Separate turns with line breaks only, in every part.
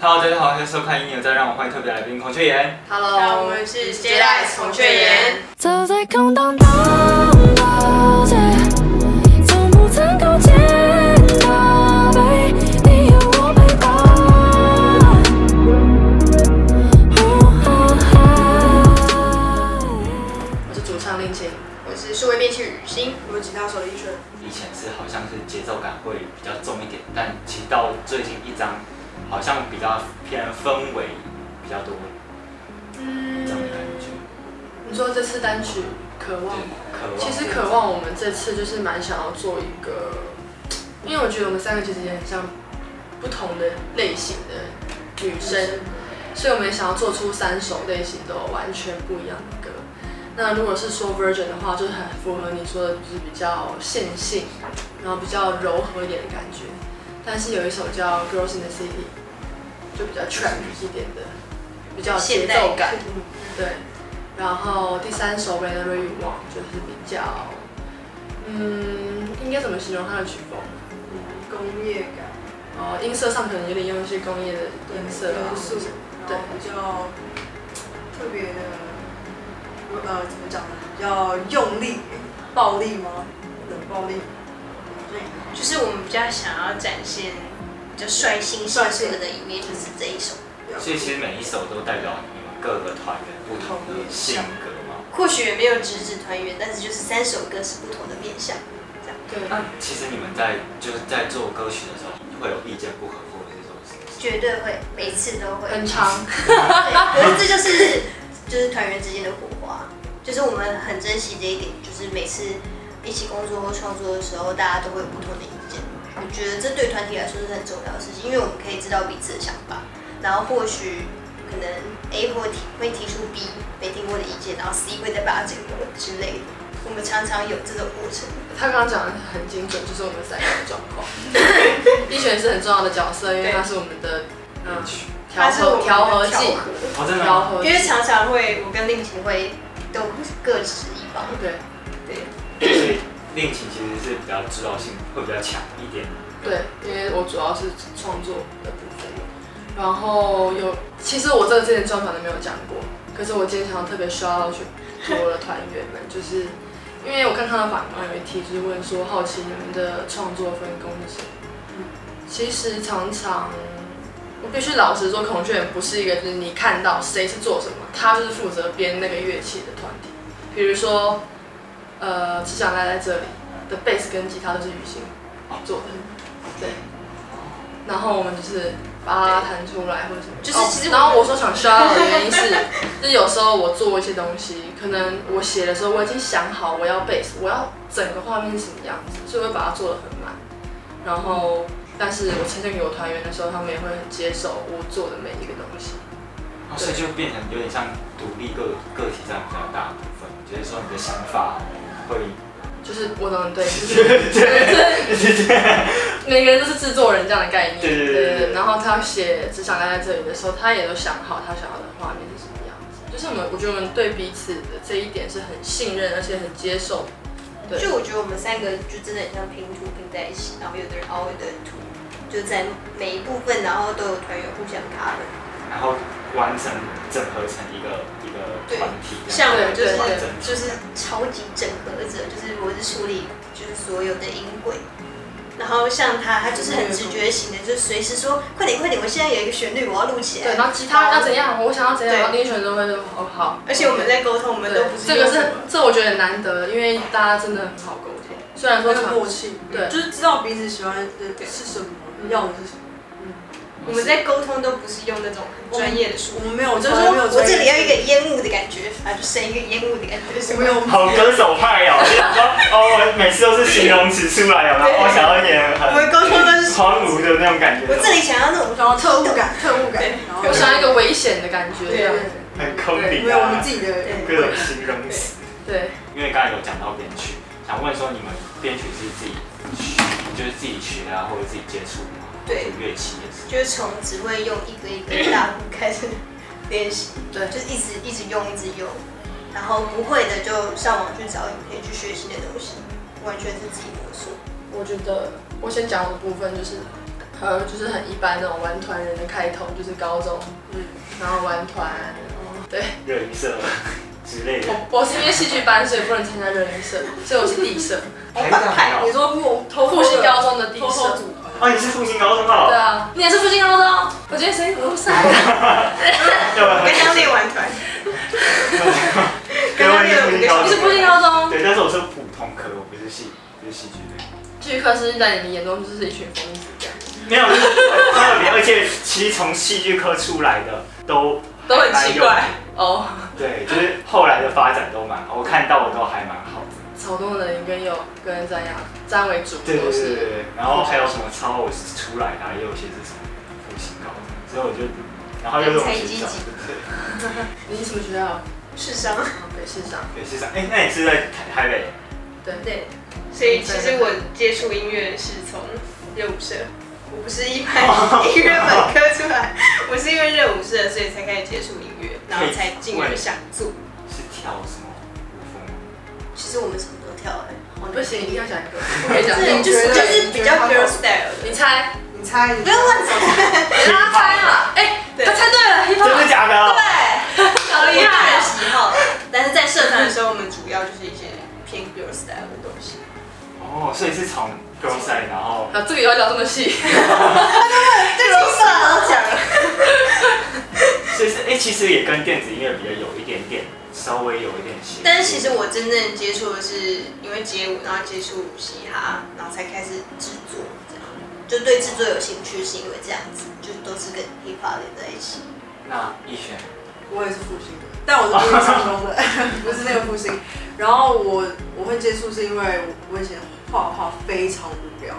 Hello，大家好，欢迎收看《一牛在让我坏》特别来宾孔雀岩。
Hello，
那我们是 j e 孔雀岩。，
走在空荡荡的街，从不曾够见的被你有我陪伴。呜哦哈哈
我是主唱令晴。
我是数位编辑雨欣。
我是吉他手林轩。
以前是好像是节奏感会比较重一点，但其实到最近一张，好像比较偏氛围比较多
嗯
这样的感觉。
你说这次单曲《渴
对》，，
望
渴望。
其实《渴望》我们这次就是蛮想要做一个，因为我觉得我们三个其实也很像不同的类型的女
嗯
生，所以我们也想要做出三首类型都完全不一样的歌。那如果是说 Virgin 的话，就是很符合你说的，就是比较线性，然后比较柔和一点的感觉。但是有一首叫《Girls in the City》，就比较 trap 一点的，比较有节奏感。
嗯
对，然后第三首《Whenever You Want》就是比较，嗯，应该怎么形容它的曲风？
嗯工业感、
哦，音色上可能有点用一些工业的音色啊
元，素，
对
然后比较特别的，呃，怎么讲呢？比较用力、暴力吗？冷暴力，
就是我们比较想要展现比较率性性格的一面，就是这一首。
所以其实每一首都代表你们各个团员不同的性格嘛。
或许也没有直指团员，但是就是三首歌是不同的面向。
对，
那其实你们在就是在做歌曲的时候，会有意见不合或者是说什么事？
绝对会，每次都会。
很长，
对，可是这就是就是团员之间的火花，就是我们很珍惜这一点，就是每次一起工作或创作的时候，大家都会有不同的意见。我觉得这对团体来说是很重要的事情，因为我们可以知道彼此的想法，然后或许可能 A 会提会提出 B 没听过的意见，然后 C 会再把它整合之类的。我们常常有这种过程。
他刚刚讲的很精准，就是我们三个的状况。一璇是很重要的角色，因为他是我们的嗯调
它是
和
我们的
调和剂
调，和
哦，真的
调
吗？
和
因为
剂，
常常会我跟令晴会都各执一方，
对
所以恋情其实是比较主导性会比较强一点。
对，因为我主要是创作的部分，然后有其实我这个之前专访都没有讲过，可是我今天想要特别 shout out 去给我的团员们，就是因为我刚看到反观有一题就是问说，好奇你们的创作分工是什么？其实常常我必须老实说，孔雀人不是一个就是你看到谁是做什么，他就是负责编那个乐器的团体。比如说，呃，只想赖在这里的贝斯跟吉他都是雨欣做的，对。然后我们就是把它弹出来或者什么，
就是
哦
其实我们
然后我说想 s h o 的原因是，就是有时候我做一些东西，可能我写的时候我已经想好我要贝斯，我要整个画面是什么样子，所以我会把它做的很满。然后，但是我呈现给我团员的时候，他们也会很接受我做的每一个东西。
哦所以就变成有点像独立个个体占比较大的部分，就是说你的想法会
就是我懂对， 每个人都是制作人这样的概念。
对对对对对
然后他写只想待在这里的时候，他也都想好他想要的画面是什么样子。就是我们，我觉得我们对彼此的这一点是很信任，而且很接受。对
就我觉得我们三个就真的很像拼图拼在一起，然后有的人凹，有的人凸，就在每一部分，然后都有团员互相 cover。
然后完成整合成一个一个团体这样，
像我就是
对对
对
就是超级整合者，就是我是处理就是所有的音轨。然后像他，他就是很直觉型的，就是随时说快点快点，我现在有一个旋律，我要录起来。
对，然后吉他要怎样，我想要怎样，
对
然后另选都会说哦好。
而且我们在沟通，我们都
对
不是
这个
用
是
什么
这我觉得很难得，因为大家真的很好沟通。虽然说
很有
常
默契，
对
就是知道彼此喜欢的是什么，要的是什么。
我们在沟通都不是用那种很专业的术
我
语。
们没有，就是
就
是
说
没有
我这里要一个
专业
烟雾的感觉，啊，就生一个烟雾的感觉，
我没有，
好歌手派哦，就是说哦，我每次都是形容词出来有没有？我想要一点
我
很
们沟通的是
荒芜的那种感觉，
我这里想要那种
然后特务感，特务感，然后
我想要一个危险的感觉，
对
这样
对
子
很空
对，
灵
没有我们
啊
自，己的
各种形容词。
对。
因为刚才有讲到编曲，想问说你们编曲是自己学，就是自己学啊，或者自己接触吗？
对，
乐器也是。
就是从只会用一个一个大鼓开始练习，
对
就是一直一直用一直用，然后不会的就上网去找影片去学新的东西，完全是自己摸索。
我觉得我先讲我的部分，就是还有就是很一般那种玩团人的开头，就是高中，
嗯，
然后玩团，对
热音社之类的。
我我是因为戏剧班，所以不能参加热音社，所以我是地社，
台长还好
你说我偷
复
偷
兴
的
高中的地
偷偷
社。
组团，
哦，你是复兴高中的
对
哦，
啊，你也是复兴高中，我觉得声音怎么塞？
对吧？
刚刚练完团，
对，我是复兴高
你
中
是复兴高中，
对，但是我是普通科，我不是戏，不是戏剧类。
剧课是在你们眼中就是一群疯子这样，
没有，就是很特别，而且其实从戏剧科出来的都
都很奇怪哦。
对，就是后来的发展都蛮好，我看到的都还蛮好的。
草东的人跟有跟张扬、张为主
对对
都
对对
是
对。然后还有什么超我是出来的啊，也有些是从复兴高中，所以我就，然后又是我们学长，对
你什么学校？
智商。
哦北市长。
对学长。哎，那你是在台台北？
对，
对，所以其实我接触音乐是从热舞社，我不是一般音乐本科出来，我是因为热舞社，所以才开始接触音乐，然后才进而想做。
是跳什么舞风？
其实我们什么都跳哎，
不行，一定要讲一个，不可以讲。
是就是就是比较 girl style 的。
你猜，
你猜？你
不要乱走，
他猜啊！哎，
对
他猜对了
真
，hip
的
hop。
假的？
好
我
厉
个
害
人
哦！
喜好，但是在社
社团
团
的时候，我们主要就是一些偏 girl style 的东西。
哦，所以是从 girl side，然后
啊，这个也要聊这么细？
对楼上都讲了，
所以是哎、其实也跟电子音乐比较有一点点，稍微有一点些。
但是其实我真正接触的是因为街舞，然后接触嘻哈，然后才开始制作这样。
就对制作有兴趣是因为这样子，就都是跟 hip hop 连在一起。
那逸轩，
我也是复兴的，但我是复兴高中的，不是那个复兴。然后我我会接触是因为我我以前画画非常无聊，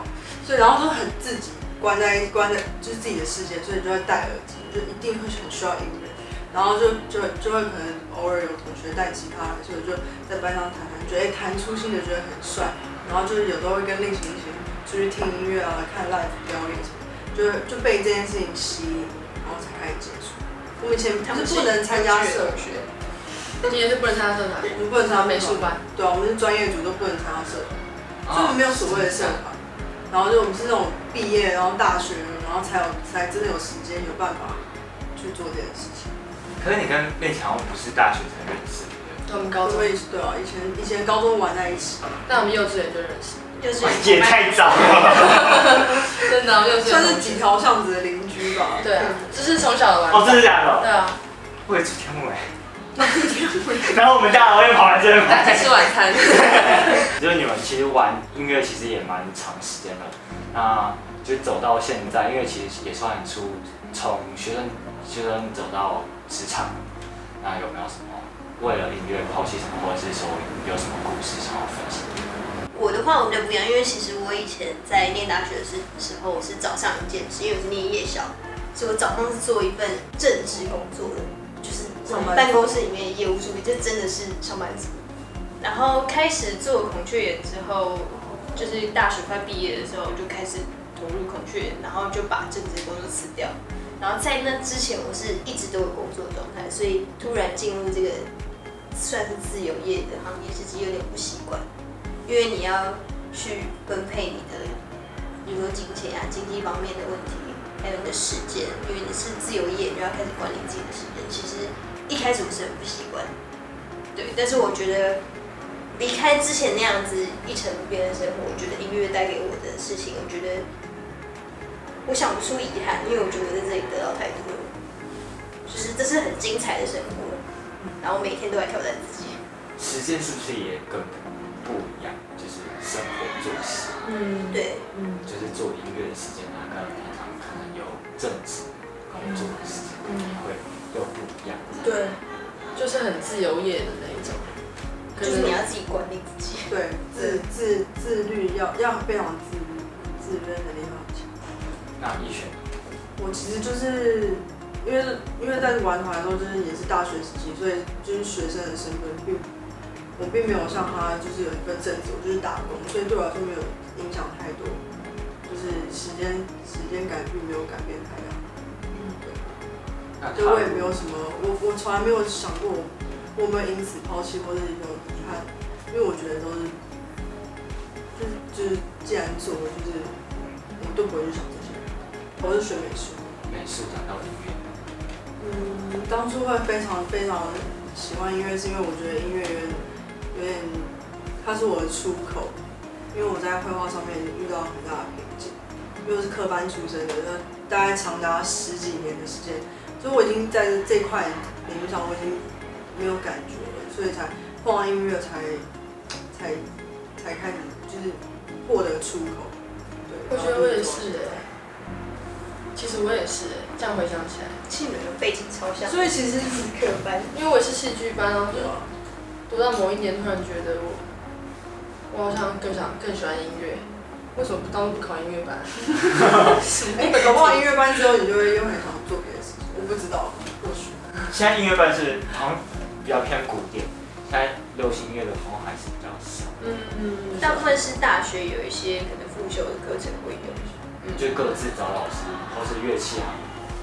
所以然后就很自己关在关在就是自己的世界，所以就会戴耳机，就一定会很需要音乐。然后就就就会可能偶尔有同学带吉他，所以我就在班上弹弹，觉得哎弹出新的觉得很帅，然后就是有时候会跟另行一起出去听音乐啊、看 live 表演什么，就就被这件事情吸引，然后才开始接触。我以前不是不能参加社团，
学，你也是不能参加社团，
我们不能参加
美术，班。
对啊，我们是专业组都不能参加社团，
啊
所以我们没有所谓的社团。然后就我们是那种毕业，然后大学，然后才有才真的有时间有办法去做这件事情。
哦可是你跟练强好像不是大学才认识的，
我们高中
所，以对啊，以前以前高中玩在一起，
但我们幼稚园就认识，
就是
也太早了。
真的，我们幼稚园
算是几条巷子的邻居吧。
对啊，就是从小 的玩。
哦，真的假的？
对啊，
我也住天母哎。 然后我们大老远跑来这边
大家
拍
吃。晚餐。
就是你们其实玩音乐其实也蛮长时间了，那就走到现在，因为其实也算出从学生学生走到职场，那有没有什么为了音乐抛弃什么，或者是说有什么故事想要分享？
我的话，我比较不一样，因为其实我以前在念大学的时时候，我是早上一件事，因为我是念夜校，所以我早上是做一份正职工作的，就是那种办公室里面业务助理，这真的是上班族。
然后开始做孔雀眼之后，就是大学快毕业的时候就开始投入孔雀眼，然后就把正职工作辞掉。
然后在那之前，我是一直都有工作状态，所以突然进入这个算是自由业的行业，其实有点不习惯，因为你要去分配你的，比如说金钱啊、经济方面的问题，还有你的时间，因为你是自由业，你就要开始管理自己的时间。其实一开始我是很不习惯，对，但是我觉得离开之前那样子一成不变的生活，我觉得音乐带给我的事情，我觉得我想不出遗憾，因为我觉得我在这里得到太多了，就是这是很精彩的生活，然后每天都在挑战自己。
时间是不是也跟不一样？就是生活作息，
嗯，
对，
就是做音乐的时间啊，跟平常可能有正职工作的时间会又不一样。
对，就是很自由业的那一种，可
就是
能
你要自己管理自己。
对，自自自律要要非常自律，自律的能力要强。
那一选
我其实就是因为因为在玩团的时候，就是也是大学时期，所以就是学生的身份并我并没有像他就是有一份正职，我就是打工，所以对我来说没有影响太多，就是时间时间感并没有改变太大。
那
对我也没有什么，我我从来没有想过我我们因此抛弃或者有遗憾，因为我觉得都是，就是就是既然做，就是我都不会去想这些。我是学美术，
美术转到音乐，
嗯，当初会非常非常喜欢音乐，是因为我觉得音乐有点有点，它是我的出口，因为我在绘画上面遇到很大的瓶颈，因为我是科班出身的，那大概长达十几年的时间，所以我已经在这这块领域上我已经没有感觉了，所以才碰到音乐才才才开始就是获得出口。
我
对，
觉得我也是哎、其实我也是哎、这样回想起来，
庆伦的背景超像，
所以其实
可班。
因为我也是戏剧班，然后就读到某一年，突然觉得我我好像更想更喜欢音乐，为什么不当初不考音乐 班？
哎，搞不好音乐班之后，你就会又很想做别的事情，我不知道，或许。
现在音乐班是好像比较偏古典，现在流行音乐的风还是比较少，
嗯
大部分是大学有一些可能复修的课程会有，
就各自找老师或是乐器行。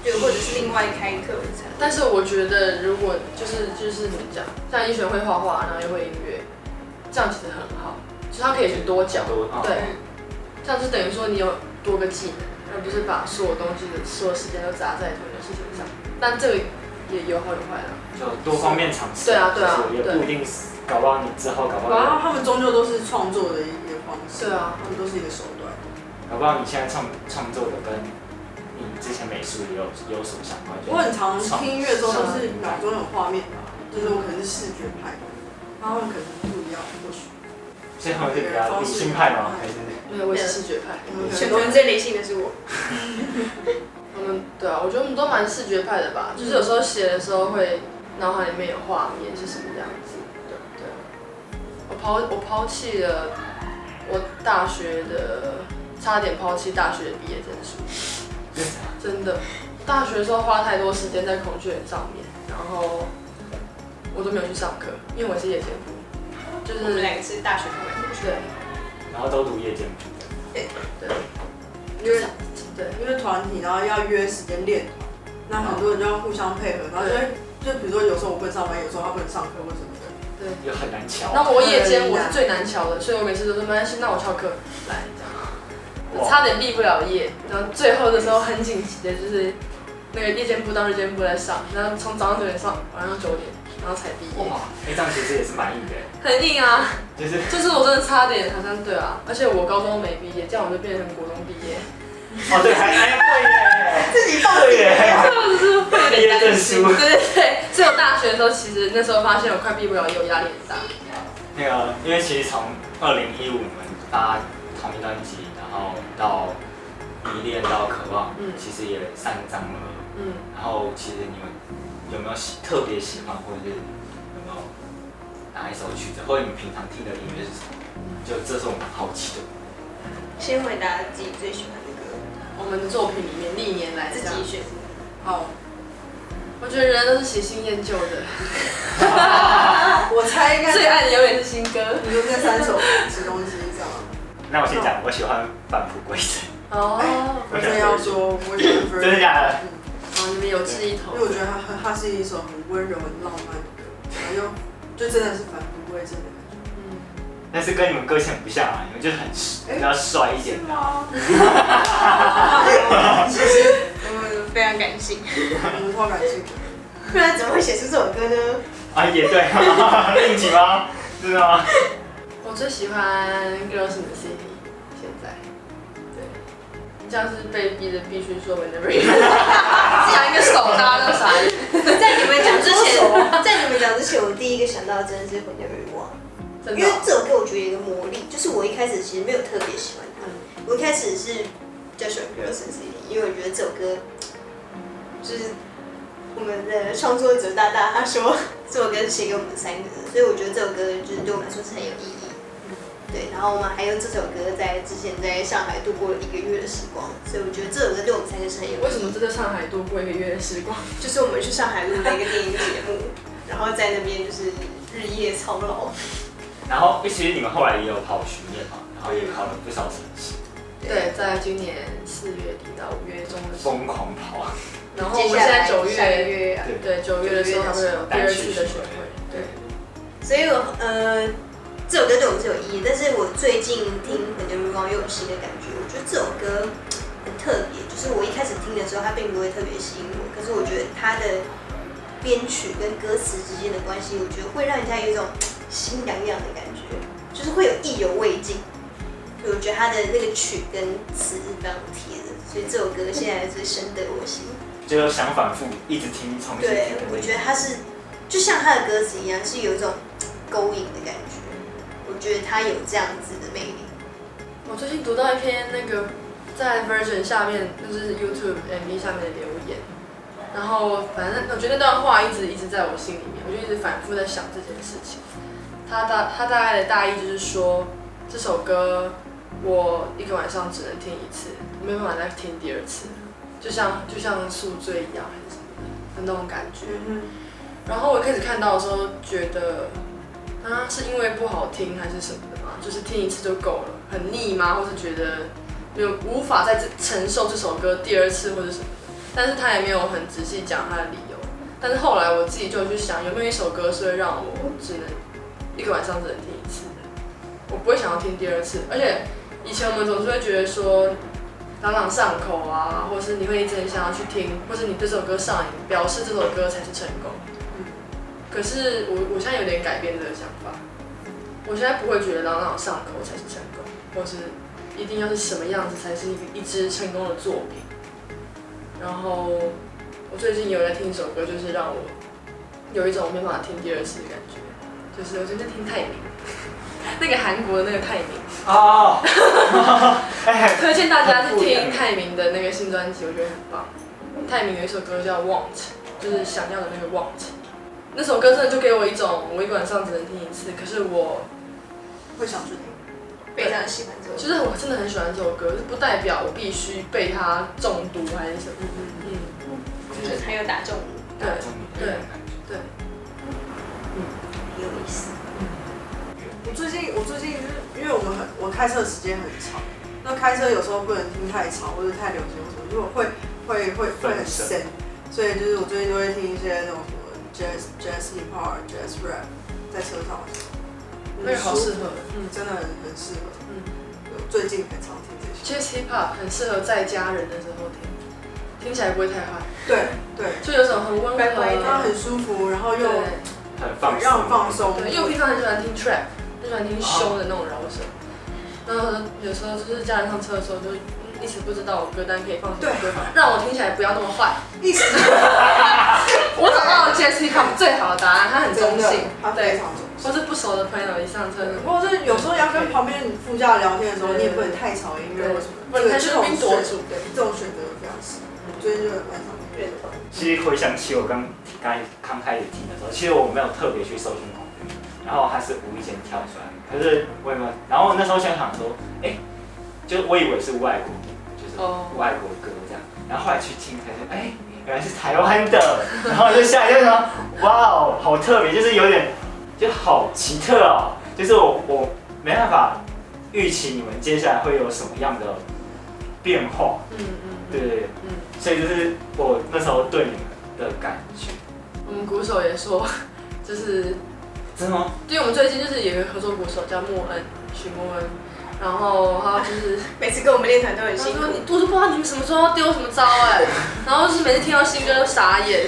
对，或者是另外开课程。
但是我觉得，如果就是就是怎么讲，像医学会画画，然后又会音乐，这样其实很好，就是他可以去多角，
多啊
嗯
对，这样就等于说你有多个技能，而不是把所有东西的所有时间都砸在同一个事情上。但这个也有好有坏啦。
就多方面尝试。
对啊对
就
啊
是也
对
不一定是，搞不好你之后，搞不
然
好，
后他们终究都是创作的一个方
对
式，
啊，
他们都是一个手段。
搞不好你现在创创作的跟你之前美术也有有所相关。
我很常听音乐的时候都是脑中有画面吧，就是我可能是视觉派的，然后他们可能是不一样，或许
所以他们是比较理性派吗？还是
因为我也是视觉派，
我们可
选
能
择
都
最理性的是我，
我们对啊，我觉得我们都蛮视觉派的
嗯
吧，就是有时候写的时候会脑海里面有画面是什么样子。对对，我抛我抛弃了我大学的，差点抛弃大学的毕业证书。真的，大学的时候花太多时间在孔雀眼上面，然后我都没有去上课，因为我是夜间部，就
我们
是
两个是大学同班同学，
对
然后都读夜间部的？
因为
对
因为团体，然后要约时间练团，那很多人就要互相配合，然后就会就比如说有时候我不能上班，有时候他不能上课或什么的，
也很难敲。
那我夜间我是最难瞧的，所以我每次都说没关系，那我翘课来这样，我差点毕不了业。然后最后的时候很紧急的就是那个夜间部到日间部来上，然后从早上九点上晚上九点，然后才毕业，
哇，哎，这样其实也是蛮硬的，
很硬啊。
就是
就是我真的差点，好像对啊，而且我高中没毕业，这样我就变成国中毕业，
哦对，还还会耶，自己放
这
耶，
样我就是会有
毕业
点
证
担心。
书
对。对对，所以我大学的时候，其实那时候发现我快毕不了业，我压力很大。
那个，因为其实从二零一五我们发同一专辑，然后到迷恋到渴望，
嗯
其实也三张了。
嗯，
然后其实你们有没有喜特别喜欢，或者是有没有哪一首曲子，或者你们平常听的音乐是什么？就这是我们好奇的。
先回答自己最喜欢的歌，
我们的作品里面历年来
自
这样
己选。
好，
我觉得人都是喜新厌旧 的，
我猜应该
最爱的永远是新歌。
你就这三首吃东西这 样。
那我先讲，我喜欢返璞归真，
哦，
我真的要说，我喜欢嗯 Virgin，
真的假的？
哦，你们有志一
因
同
为。我觉得它很，它是一首很温柔、很浪漫的歌，然后又就真的是返璞归真的感觉。
嗯，
但是跟你们个性很不像啊，你们就是很
哎
比较帅一点。
吗？
我
嗯
们非常感性。
我超感兴趣。
不然怎么会写出这首歌呢？
啊，也对， 应景吗？真的吗？
我最喜欢 Girls in the City，现在，对，这样是被逼的，必须说 Whenever You。讲一个手，大家都傻眼。
在你们讲之 前，在你们讲之前，我第一个想到的真的是《混 e 欲望》，
真
因
的
为
哦
这首歌我觉得有一个魔力，就是我一开始其实没有特别喜欢它，
嗯
我一开始是比较喜欢《Girls and City》，因为我觉得这首歌就是我们的创作者大大他说这首歌是写给我们三个的，所以我觉得这首歌就是对我们来说是很有意义。对，然后我们还用这首歌在之前在上海度过了一个月的时光，所以我觉得这首歌对我们三个是很有意义
为
的。
什么这在上海度过一个月的时光？
就是我们去上海录的一个电影节目，然后在那边就是日夜操劳。
然后，其实你们后来也有跑巡演嘛，然后也跑了不少城市，
对，在今年四月底到五月中的时候，
疯狂跑。
然后
接
我们
下
现
来
在九
下个
月，
月啊
对，
对九月的时候还会有第二次的巡回，对，
所以我呃，这首歌对我是有意义，但是我最近听《很久没光》又有新的感觉，我觉得这首歌很特别，就是我一开始听的时候，它并不会特别吸引我，可是我觉得它的编曲跟歌词之间的关系，我觉得会让人家有一种心痒痒的感觉，就是会有意犹未尽。所以我觉得它的那个曲跟词是非常贴的，所以这首歌现在是深得我心。
就想反复一直听，重新
对
听的，那
我觉
种
得。它是就像它的歌词一样，是有一种勾引的感觉。我觉得它有这样子的魅力。
我最近读到一篇那个在 Virgin 下面，就是 YouTube MV 下面的留言，然后反正我觉得那段话一直一直在我心里面，我就一直反复在想这件事情。他大他大概的大意就是说，这首歌我一个晚上只能听一次，没有办法再听第二次，就像就像宿醉一样还是什么的那种感觉。然后我一开始看到的时候，觉得啊，是因为不好听还是什么的吗？就是听一次就够了，很腻吗？或是觉得没有无法再承受这首歌第二次或者什么的？但是他也没有很仔细讲他的理由。但是后来我自己就去想，有没有一首歌是会让我只能一个晚上只能听一次的？我不会想要听第二次。而且以前我们总是会觉得说朗朗上口啊，或是你会一直很想要去听，或是你对这首歌上瘾，表示这首歌才是成功。可是我我现在有点改变这个想法，我现在不会觉得朗朗上口才是成功，或是一定要是什么样子才是一一支成功的作品。然后我最近有在听一首歌，就是让我有一种没办法听第二次的感觉，就是我最近在听泰明， 那个韩国的那个泰明，
哦，哎，
推荐大家去
很不一样
听泰明的那个新专辑，我觉得很棒。泰明有一首歌叫《Want》，就是想要的那个 Want。那首歌真的就给我一种，我一晚上只能听一次，可是我
会想去听。
非常喜欢这首歌。
就是我真的很喜欢这首歌，就是不代表我必须被它中毒还是什么。嗯，
就是很有打中我。
对
打中你的
对
感觉
对。
很有意思。
我最近我最近就是因为我们很我开车的时间很长，那开车有时候不能听太吵或者太流行或什么，因为我会会会会
分
很 s 所以就是我最近都会听一些那种什么 jazz jazz hip hop jazz rap，在车上的时候，
那个好适合
很舒服，
嗯
真的很很适合。
嗯
对，我最近很常听这些。
其实 hip hop 很适合在家人的时候听，听起来不会太坏，
对对，
就有种很温和，
乖乖的
它很舒服，然后又
对
很放
很让
松，
人放。松。
对，因为我平常很喜欢听 trap，很喜欢听凶的那种饶舌。然后有时候就是家人上车的时候，就一时不知道我歌单可以放什么歌，让我听起来不要那么坏。
一时
我找到了 Jesse Cup 最好的答案，他很中
真的
性，，
它非
对。
常中性。
或是不熟的朋友一上车，
不过就是有时候要跟旁边副驾聊天的时候，你也不能太吵音乐或什么，
不能太喧宾夺主
对，这种选择非常少。我最近就蛮常
认同。
其实回想起我刚刚刚开始听的时候，其实我没有特别去搜寻恐惧，然后它是无意间跳出来，可是我也没有。然后那时候想想说，哎、就是我以为是外国，就是
哦
外国歌这样，然后后来去听才说，哎、原来是台湾的，然后就下来就想说，哇哦，好特别，就是有点就好奇特哦，就是我我没办法预期你们接下来会有什么样的变化，
嗯嗯
对对对。
嗯。
所以就是我那时候对你们的感觉，
我们嗯鼓手也说， 就是
真的吗？
对我们最近就是有一个合作鼓手叫莫恩，许莫恩，然后他就是。
每次跟我们练团都很
他
辛苦
说，你，我都不知道你们什么时候要丢什么招哎、然后就是每次听到新歌都傻眼。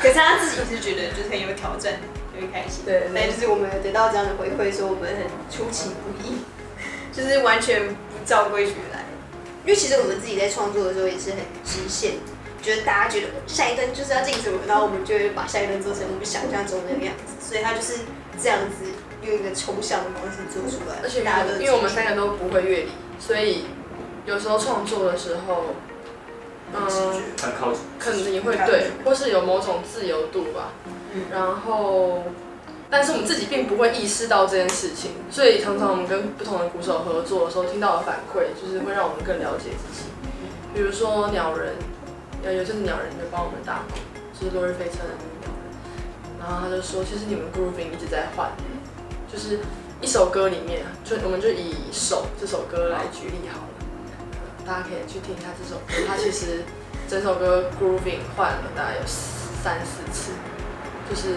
可是他自己是觉得就是很有挑战，就很开心。
对
但就是我们得到这样的回馈，说我们很出其不意，就是完全不照规矩来。
因为其实我们自己在创作的时候也是很极限，觉得大家觉得下一段就是要进什么，然后我们就会把下一段做成我们想象中的那个样子，所以它就是这样子用一个抽象的方式做出来，
而且
大家都
因为我们三个都不会乐理，所以有时候创作的时候，嗯、
很靠近，
可能也会
感
对
觉，
或是有某种自由度吧。
嗯
然后，但是我们自己并不会意识到这件事情，所以常常我们跟不同的鼓手合作的时候，听到的反馈就是会让我们更了解自己。比如说鸟人，呃，有一阵子鸟人就帮我们打鼓，就是落日飞车的那个鸟人，然后他就说，其实你们 grooving 一直在换，就是一首歌里面，就我们就以手这首歌来举例好了，大家可以去听一下这首歌，它其实整首歌 grooving 换了大概有三四次，就是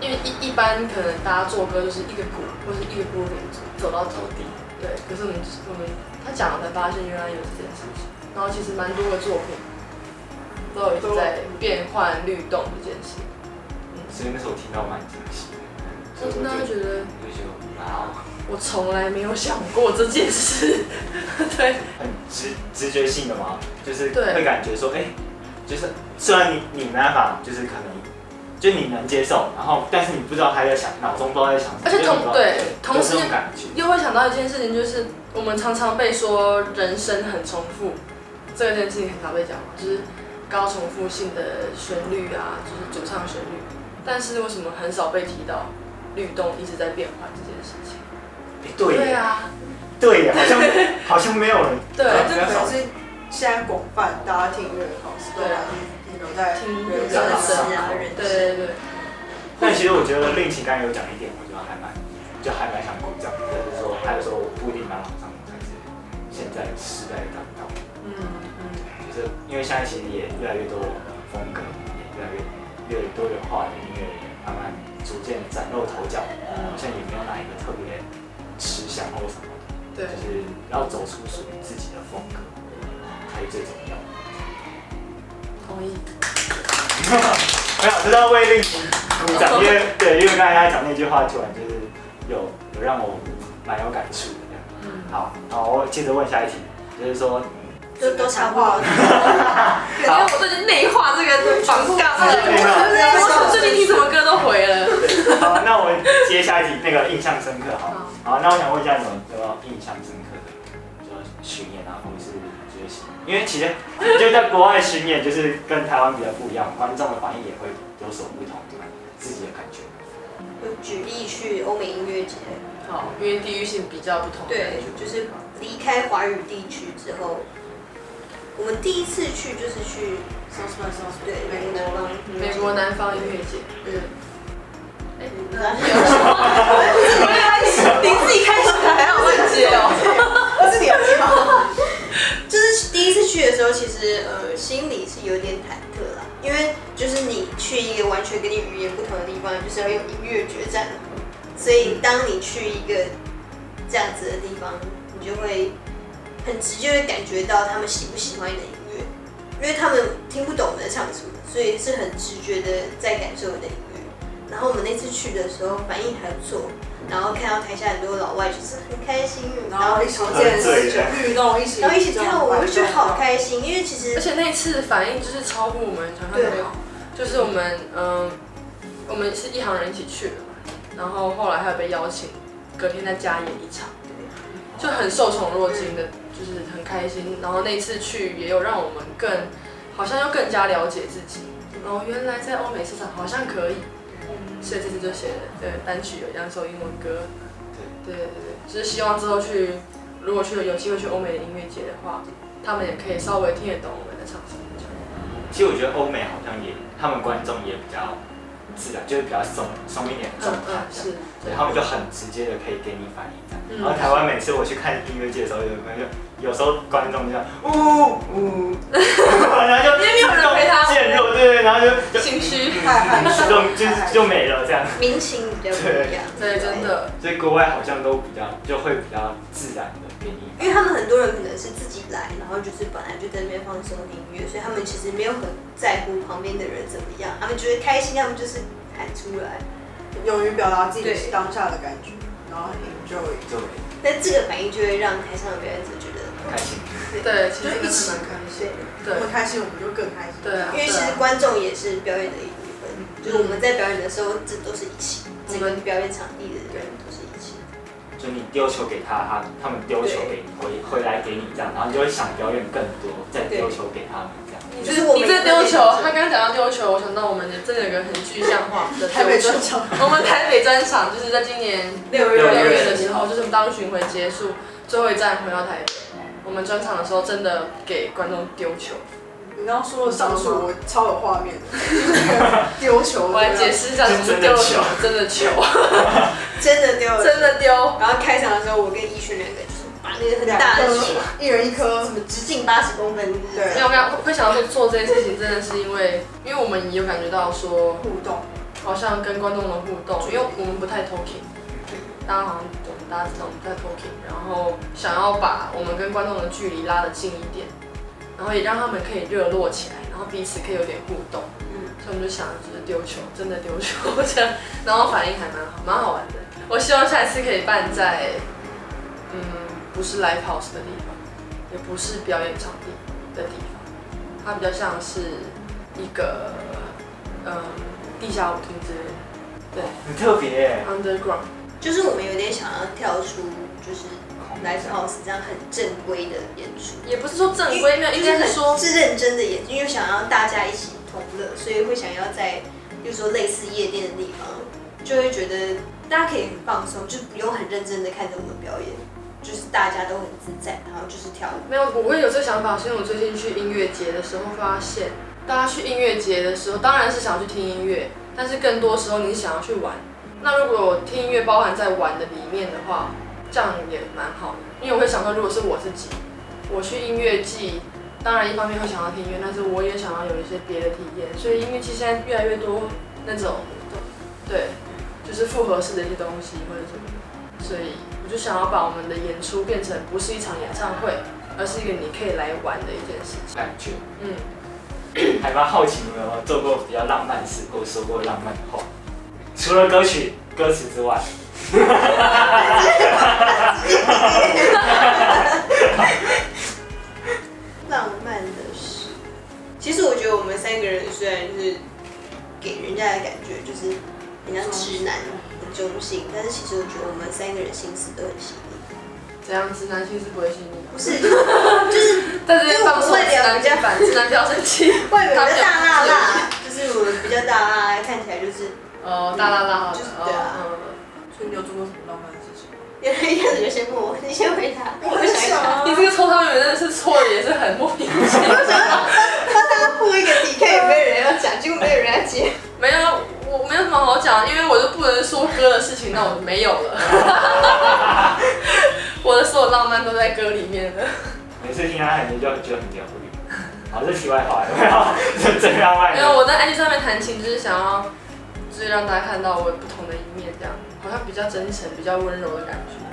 因为一一般可能大家做歌就是一个鼓或是一个 grooving 走到头，
底，
对，可是我们我们他讲了才发现原来有这件事情，然后其实蛮多的作品都有一直在变换律动这件事。
所以那时候我听到蛮惊喜的，所
我
以
真的
我
会
就
觉得
我就觉得哇哦，
我从来没有想过这件事， 对，
很直直觉性的嘛，就是
对
会感觉说，哎、就是虽然你你没办法，就是可能就你能接受，然后但是你不知道他在想，脑中不知道在想什么，
而且
就
同
你不知道
对同
就是
时
那种感觉，
又会想到一件事情，就是我们常常被说人生很重复，这件事情很常被讲嘛，就是高重复性的旋律啊，就是主唱旋律，但是为什么很少被提到律动一直在变换这件事情？
哎、对耶，
啊，
对耶，好像好像没有人
对
好像
这
比较
可
少
能是现在广泛大家听音乐的方式，
对
对
啊
啊，停留在
听歌
对这样
词
子
啊，人
对
生。
对对，
但其实我觉得令情刚才有讲一点，我觉得还蛮，就还蛮想鼓掌，就是说，他就说我不一定当老上才是现在时代的当道，
嗯嗯，
就是因为现在其实也越来越多风格，也越来越越多元化的音乐也慢慢逐渐崭露头角，好像也没有哪一个特别吃香或什么的，
对
就是要走出属于自己的风格才是最重要的。
同意。
没有，知道为令情鼓掌，因为对，因为刚才他讲那句话，突然就是有有让我蛮有感触的这样。
哦
好，好，我接着问下一题，就是说，
都都差不 多。
因为我最近内化这个防杠了，
好
我最近听什么歌都回了。
好，那我接下一题那个印象深刻，好，好，那我想问一下你们有没有印象深刻的，就是巡演啊，或者是觉得行，因为其实就在国外巡演，就是跟台湾比较不一样，观众的反应也会有所不同，对吧？自己的感觉。
有举例去欧美音乐节，
好，因为地域性比较不同。
对，就是离开华语地区之后，我们第一次去就是去
什么什么什么，
对美
美
国
国吗？
美国南方音乐节，
嗯，
你自己开始还要问接哦。
那是你耳机吗？
就是第一次去的时候，其实呃心里是有点忐忑啦，因为就是你去一个完全跟你语言不同的地方，就是要用音乐决战嘛，所以当你去一个这样子的地方，你就会很直接的感觉到他们喜不喜欢你的音乐，因为他们听不懂我们在唱什么，所以是很直觉的在感受你的音乐。然后我们那次去的时候反应还不错，然后看到台下很多老外就是很开心，
然后一起 健身、运动，一起，
然后一起跳舞，我就觉得好。开心，因为其实
而且那次反应就是超乎我们想象的好，就是我们嗯、我们是一行人一起去的嘛，然后后来还有被邀请，隔天在家演一场，就很受宠若惊的，就是很开心。然后那次去也有让我们更好像要更加了解自己，然后原来在欧美市场好像可以，所以这次就写了对单曲有两首英文歌，对对对对，就是希望之后去如果去有机会去欧美的音乐节的话，他们也可以稍微听得懂我们在唱什么。这样
其实我觉得欧美好像也，他们观众也比较自然，就是比较松松一点的状
嗯
态，
嗯
这样
是，
对，他们就很直接的可以给你反应这样。
嗯
然后台湾每次我去看音乐节的时候，有朋友有时候观众就这样呜 呜，然后就
因为没有人陪他
渐弱，对对，然后就就
心虚
太害羞，
就就就没了这样。
民情比较不一样，
对，真，的，
所以国外好像都比较就会比较自然的给你
因为他们很多人可能是自己来，然后就是本来就在那边放松听音乐，所以他们其实没有很在乎旁边的人怎么样，他们觉得开心，他们就是喊出来。
勇于表达自己当下的感觉，然后 enjoy。
就
但这个反应就会让台上的表演者觉得，
很开心。
对，其实真
就
的
一
是
起
蛮开心
对
的，，对
我们开心，我们就更开心。
对啊
因，为其实观众也是表演的一部分，就是我们在表演的时候，这都是一起，整个表演场地的人都是一起。
就你丢球给他，他他们丢球给你，回回来给你这样，然后你就会想表演更多，再丢球给他们这样。
你
就是我
这
们
你这丢球，他刚刚讲到丢球，我想到我们真的有个很具象化的
台北
丢球
专。场，
我们台北专场就是在今年
六
月
六月的时候，就是我们当巡回结束，最后一站回到台北，我们专场的时候真的给观众丢球。
你刚刚说的上述，我超有画面的，就是那个丢球的，
我来解释一下什么是丢球，真的球，
真的丢了，
真的丢。
然后开场的时候，我跟一轩两个就是把那个很
两
大的球，
颗，一人一颗
什，么直径八十公分，就是
对
没有没有，会想要做做这件事情，真的是因为，因为我们也有感觉到说，
互动。
好像跟观众的互动，因为我们不太 talking，大家好像我们大家知道我们不太 talking，然后想要把我们跟观众的距离拉得近一点，然后也让他们可以热络起来，然后彼此可以有点互动。
嗯，
所以我们就想就是丢球，真的丢球这样，然后反应还蛮好，蛮好玩的。我希望下一次可以办在，嗯，不是 live house 的地方，也不是表演场地的地方，它比较像是一个，嗯，地下舞厅之类的
很特别耶。
，underground。
就是我们有点想要跳出就是 live house 这样很正规的演出，
也不是说正规，没有，应该是说
是认真的演出，因为想要大家一起同乐，所以会想要在，比如说类似夜店的地方，就会觉得大家可以很放松，就不用很认真的看着我们表演，就是大家都很自在，然后就是跳舞。
没有，我会有这个想法，是因为我最近去音乐节的时候发现，大家去音乐节的时候，当然是想要去听音乐，但是更多时候你是想要去玩。那如果听音乐包含在玩的里面的话，这样也蛮好的，因为我会想说，如果是我自己，我去音乐季，当然一方面会想要听音乐，但是我也想要有一些别的体验，所以音乐季现在越来越多那种，对，就是复合式的一些东西或者什么的，所以我就想要把我们的演出变成不是一场演唱会。而是一个你可以来玩的一件事情。
感觉
嗯，
还蛮好奇你们有没有做过比较浪漫的事，或者说过浪漫的话？除了歌曲、歌词之外，
浪漫的事，
其实我觉得我们三个人虽然就是
给人家的感觉就是很像直男、很中性，但是其实我觉得我们三个人心思都很细腻。
怎样直男性是不会吸引你的？
不是，就是
但是放松
因为我们
直男加反直男比较生气，
外表比较大辣辣，就是我们比较大辣辣，看起来就是
哦，大啦啦好
就是
的，
对啊
哦
所以你有做过什么浪漫的事情？
原来一开始就先问我，你先回答，我
很
想
想
一想。
啊
嗯，你这个抽汤圆真的是错的，也是很莫名其妙。
破一个题，看有没有人要讲，结果没有人要接。
没有，我没有什么好讲，因为我就不能说歌的事情，那我就没有了。我的所有浪漫都在歌里面了。
每次听他感觉就觉得很疗愈。 好，这题外话， 有没有？这真浪漫
没有，我在 IG 上面弹琴，就是想要，就是让大家看到我不同的一面，这样好像比较真诚、比较温柔的感觉。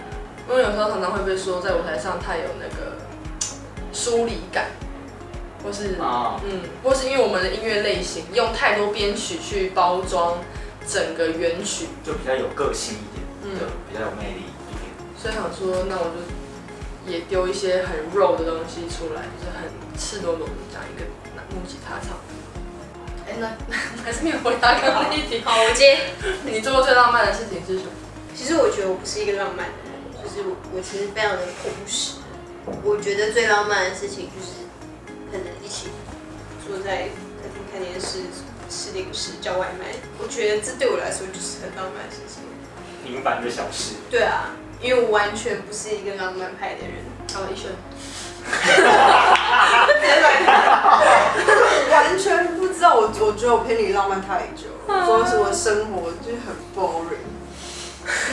因为有时候常常会被说在舞台上太有那个疏离感，或是
啊，
嗯，或是因为我们的音乐类型用太多编曲去包装整个原曲，
就比较有个性一点，
嗯，
对，比较有魅力一点。
所以想说，那我就也丢一些很肉的东西出来，就是很赤裸裸的讲一个拿木吉他唱。哎、那 还是没有回答刚刚那一题。
好，我接。
你做过最浪漫的事情是什么？
其实我觉得我不是一个浪漫的人，就是我我其实非常的朴实。我觉得最浪漫的事情就是可能一起
坐在客厅看电视、吃零食、叫外卖，我觉得这对我来说就是很浪漫的事情。
平凡的小事，
对啊，因为我完全不是一个浪漫派的人。
好，医生。
完全不知道，我我觉得我偏离浪漫太久了，主要是我的生活就是很 boring。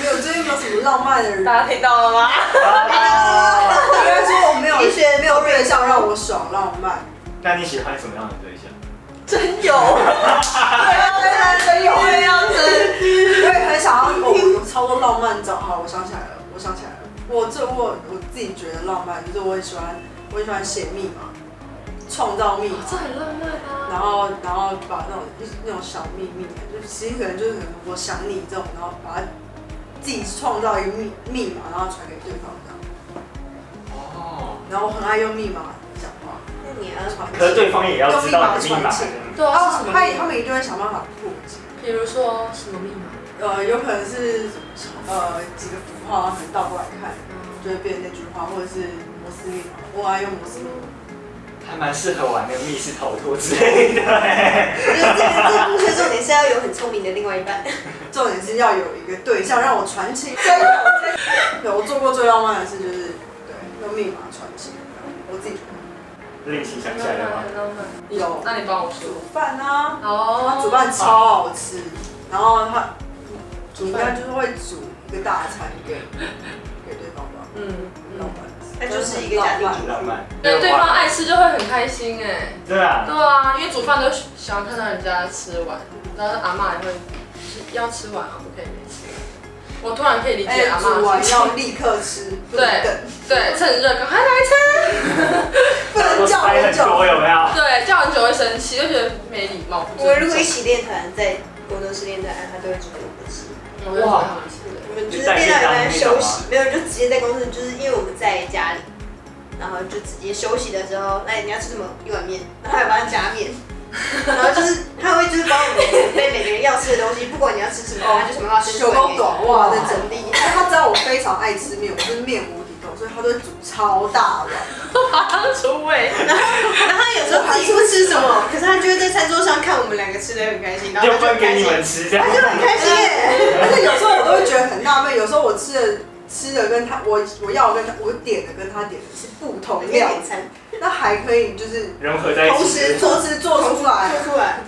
没有，最近没有什么浪漫的人。
大家听到了吗？
应该说我没有
医学没有
对象让我爽浪漫。
那你喜欢什么样的对象？
真有，对啊，真的真有，对啊，真。我也很想要，我有超多浪漫照。好，我想起来了，我想起来了。我这我我自己觉得浪漫，就是我很喜欢，我很喜欢写密码，创造密码。
这很浪漫啊！
然后然后把那种就是那种小秘密，就是其实可能就是可能我想你这种，然后把它自己创造一个密密码，然后传给对方这样。
哦，
然后我很爱用密码讲话，
那你要
传
可是对方也要知道你的密码。
对啊，是
啊
什，么
他
密
他
码？
们一定会想办法破解。
比如说什么密码？
呃，有可能是呃几个符号，然后可能倒过来看，
嗯
就会变那句话，或者是摩斯密码。我爱用摩斯密码。
还蛮适合玩那个密室逃脱之类的欸。
我觉得这个这个故事的重点是要有很聪明的另外一半。
重点是要有一个对象让我传情。 真的对，我做过最浪漫的事就是对用密码传情，我自己
令其想
很
起
浪
来了吗
漫，？很浪漫。
有
那你帮我说
煮。饭啊，
哦
他煮饭超好吃，然后他煮饭
饭
就是会煮一个大餐给给对方吧，
嗯
老
嗯，
板吃。
那就是一个家庭
很浪漫。
对，对方爱吃就会很开心哎。
对啊，
对啊，因为煮饭都想要看到人家吃完，然后阿妈也会要吃完啊，不可以没吃完。我突然可以理
而且
解阿
哎煮
妈
完要立刻吃，不能等，
对，趁热赶快来吃。
不能
都塞很多，
哦
有没有？
对，叫很久会生气，就觉得没礼貌。不
我如果一
尊
起练团，在国中时练团，他都会主动我是。
重我就觉得他们是
我们就是练到一半休息，没有就直接在公司，就是因为我们在家里，然后就直接休息的时候，那你要吃什么？一碗面，然后还帮他加面，然后就是 他会就是帮我们准备每个人要吃的东西，不管你要吃什么，他就什么要吃什
手工
么。
短袜的整理，因为他知道我非常爱吃面，我是面无底洞，所以他都会煮超大碗。
马上出 位，
然后他有时候自己不吃什么，可是他就会在餐桌上看我们两个吃的很开心，然后
就
他就
分
很开
给你
心。
们吃这样。
很开心耶！而且有时候我都会觉得很纳闷，有时候我吃的吃的跟他我我要的跟他我点的跟他点的是不同料
点，餐，
那还可以就是
融合在一起。
同时同时做出来，
说出来，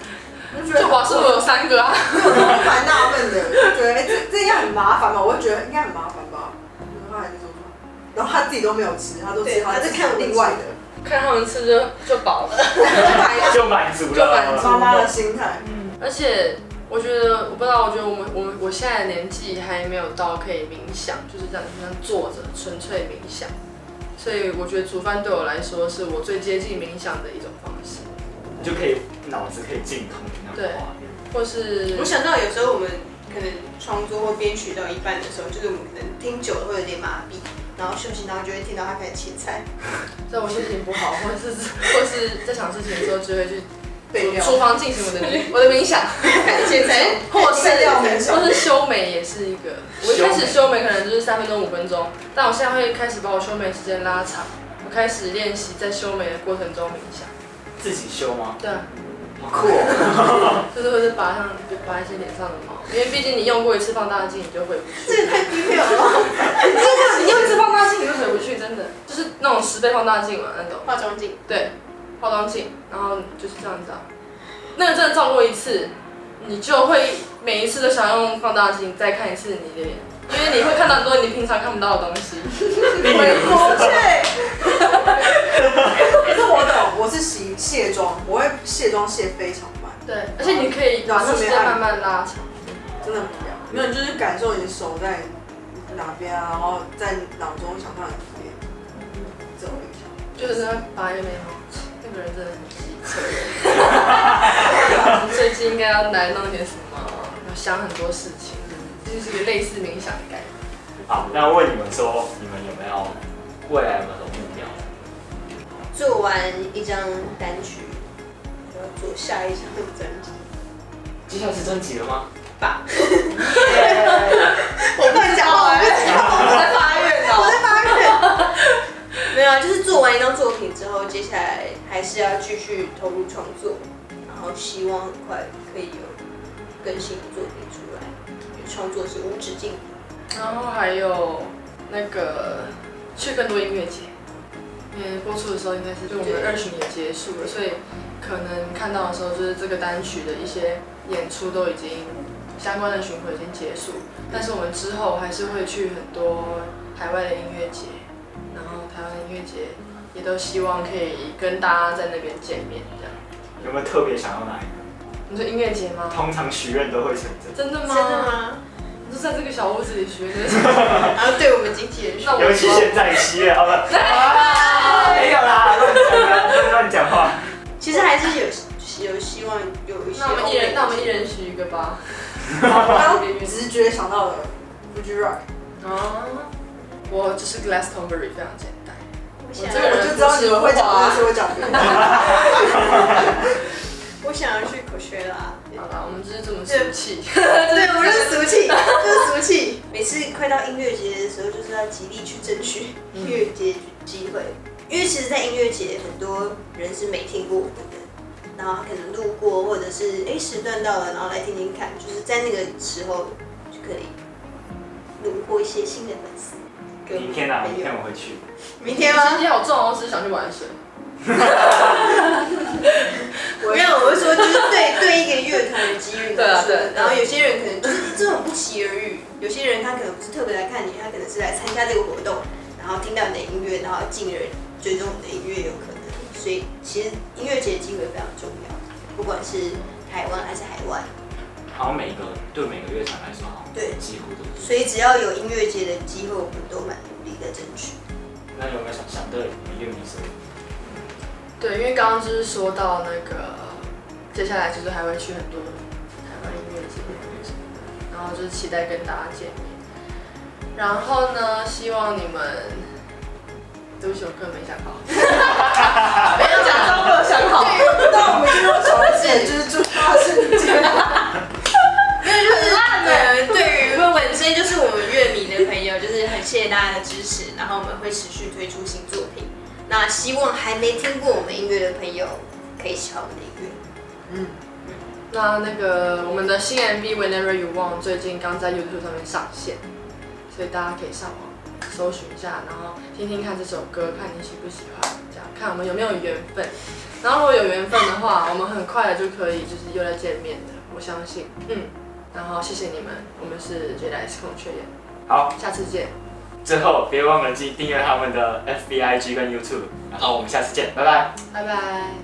我就觉得
就华硕有三个啊，
蛮纳闷的，觉得哎这这应该很麻烦吧？我就觉得应该很麻烦吧，然后他还是做出来，然后他自己都没有吃，他都吃
对
他
他在
自己
看我
另外的，
看他们吃就就饱了。
就满足
就满
了。
足
妈妈的心态，
而且我觉得，我不知道，我觉得我们我们我现在的年纪还没有到可以冥想，就是这样就像坐着纯粹冥想。所以我觉得煮饭对我来说是我最接近冥想的一种方式，
就可以脑子可以净空那种画面。
或是
我想到有时候我们可能创作或编曲到一半的时候，就是我们可能听久了会有点麻痹，
然后休息，然后就会听到他开始切菜。
在我心情不好，或是或是在想事情的时候，就会去
备料
厨房进行我的冥我的冥想，
现在
或是
备料很少
或是修眉也是一个。我一开始修眉可能就是三分钟五分钟，但我现在会开始把我修眉时间拉长，我开始练习在修眉的过程中冥想。
自己修吗？
对啊。
好酷哦！
就是会是拔上拔一些脸上的毛，因为毕竟你用过一次放大镜，你就回不去。
这也太低调了，
真的，你用一次放大镜，你就回不去，真的。就是那种十倍放大镜嘛，那种。
化妆镜，
对，化妆镜，然后就是这样子啊。那个真的照过一次，你就会每一次都想用放大镜再看一次你的脸，因为你会看到很多你平常看不到的东 西。
回国去。可是我懂，我是洗卸妆，我会卸妆卸非常慢，
对，而且你可以把时间慢慢拉长。
真的很无聊。没有，你就是感受你的手在哪边啊，然后在脑中想到哪边，走一下。
就是那拔一个眉毛，那个人真的很机车。 最近应该要来弄点什么，要想很多事情，就是一个类似冥想的概念。
好，那问你们说，你们有没有未来有没有什么目标？
做完一张单曲，然后做下一张专辑。
接下来是专辑了吗？
我乱讲 话，
我在发愿哦。
没有啊，就是做完一张作品之后，接下来还是要继续投入创作，然后希望很快可以有更新的作品出来。因为创作是无止境的，
然后还有那个去更多音乐节，因为播出的时候应该是就我们的二巡也结束了，所以可能看到的时候就是这个单曲的一些演出都已经相关的巡回已经结束，但是我们之后还是会去很多海外的音乐节，然后台湾的音乐节也都希望可以跟大家在那边见面这样。
有没有特别想要哪一个？
你说音乐节吗？
通常许愿都会成真。
真的吗？
真的？吗？
你说在这个小屋子里 学的？
然后对我们经纪人说，
那我
尤其现在七月，好了， 没有啦，乱讲啦，不能乱讲话。
其实还是有有希望有一些。
那我们一人，那我们一人许一个吧。
我刚刚直觉想到了 Fuji Rock，
啊，我就是 glass tomberry 非常简单。
我
我
想
这个
要
我
人
就知道你们会讲这些，会讲 别的。
我想要去口学啦。
好啦，我们就是这么俗气。
对，我就是俗 气，就是俗气。每次快到音乐节的时候，就是要极力去争取音乐节机会，因为其实，在音乐节很多人是没听过我们的，然后可能路过，或者是哎时段到了，然后来听听看，就是在那个时候就可以虏获一些新的粉丝。跟
明天啊，
朋友
明天我会去。
明天
今
吗？
天好重哦，我只是想去玩水。
没有，我是说，就是对对一个乐团的机遇来说，
对啊对啊
然后有些人可能就是这种不期而遇，有些人他可能不是特别来看你，他可能是来参加这个活动，然后听到你的音乐，然后进而追踪你的音乐有可能。所以其实音乐节的机会非常重要，不管是台湾还是海外。
好像每个对每个乐团来说，好像
对
几乎都是。
所以只要有音乐节的机会，我们都蛮努力的争取。
那有没有想想对你的乐迷说？
对，因为刚刚就是说到那个，呃接下来就是还会去很多台湾音乐节，然后就是期待跟大家见面。然后呢，希望你们，对不起，我根本没想好。
没有假装我有想好，
但我们今天要讲的是，就是祝大家身体健康。
很烂的。对于会纹身，就是我们乐迷的朋友，就是很谢谢大家的支持，然后我们会持续推出新作品。
那希望还没听过我们音乐的朋友可以喜欢我们的音乐。
嗯
那那个我们的新 MV Whenever You Want 最近刚在 YouTube 上面上线，所以大家可以上网搜寻一下，然后听听看这首歌，看你喜不喜欢，这样看我们有没有缘分。然后如果有缘分的话，我们很快的就可以就是又再见面的，我相信。嗯，然后谢谢你们，我们是 j d S 孔雀眼，
好，
下次见，
最后别忘了去订阅他们的 FB、IG 跟 YouTube。好，我们下次见，拜拜。
拜拜。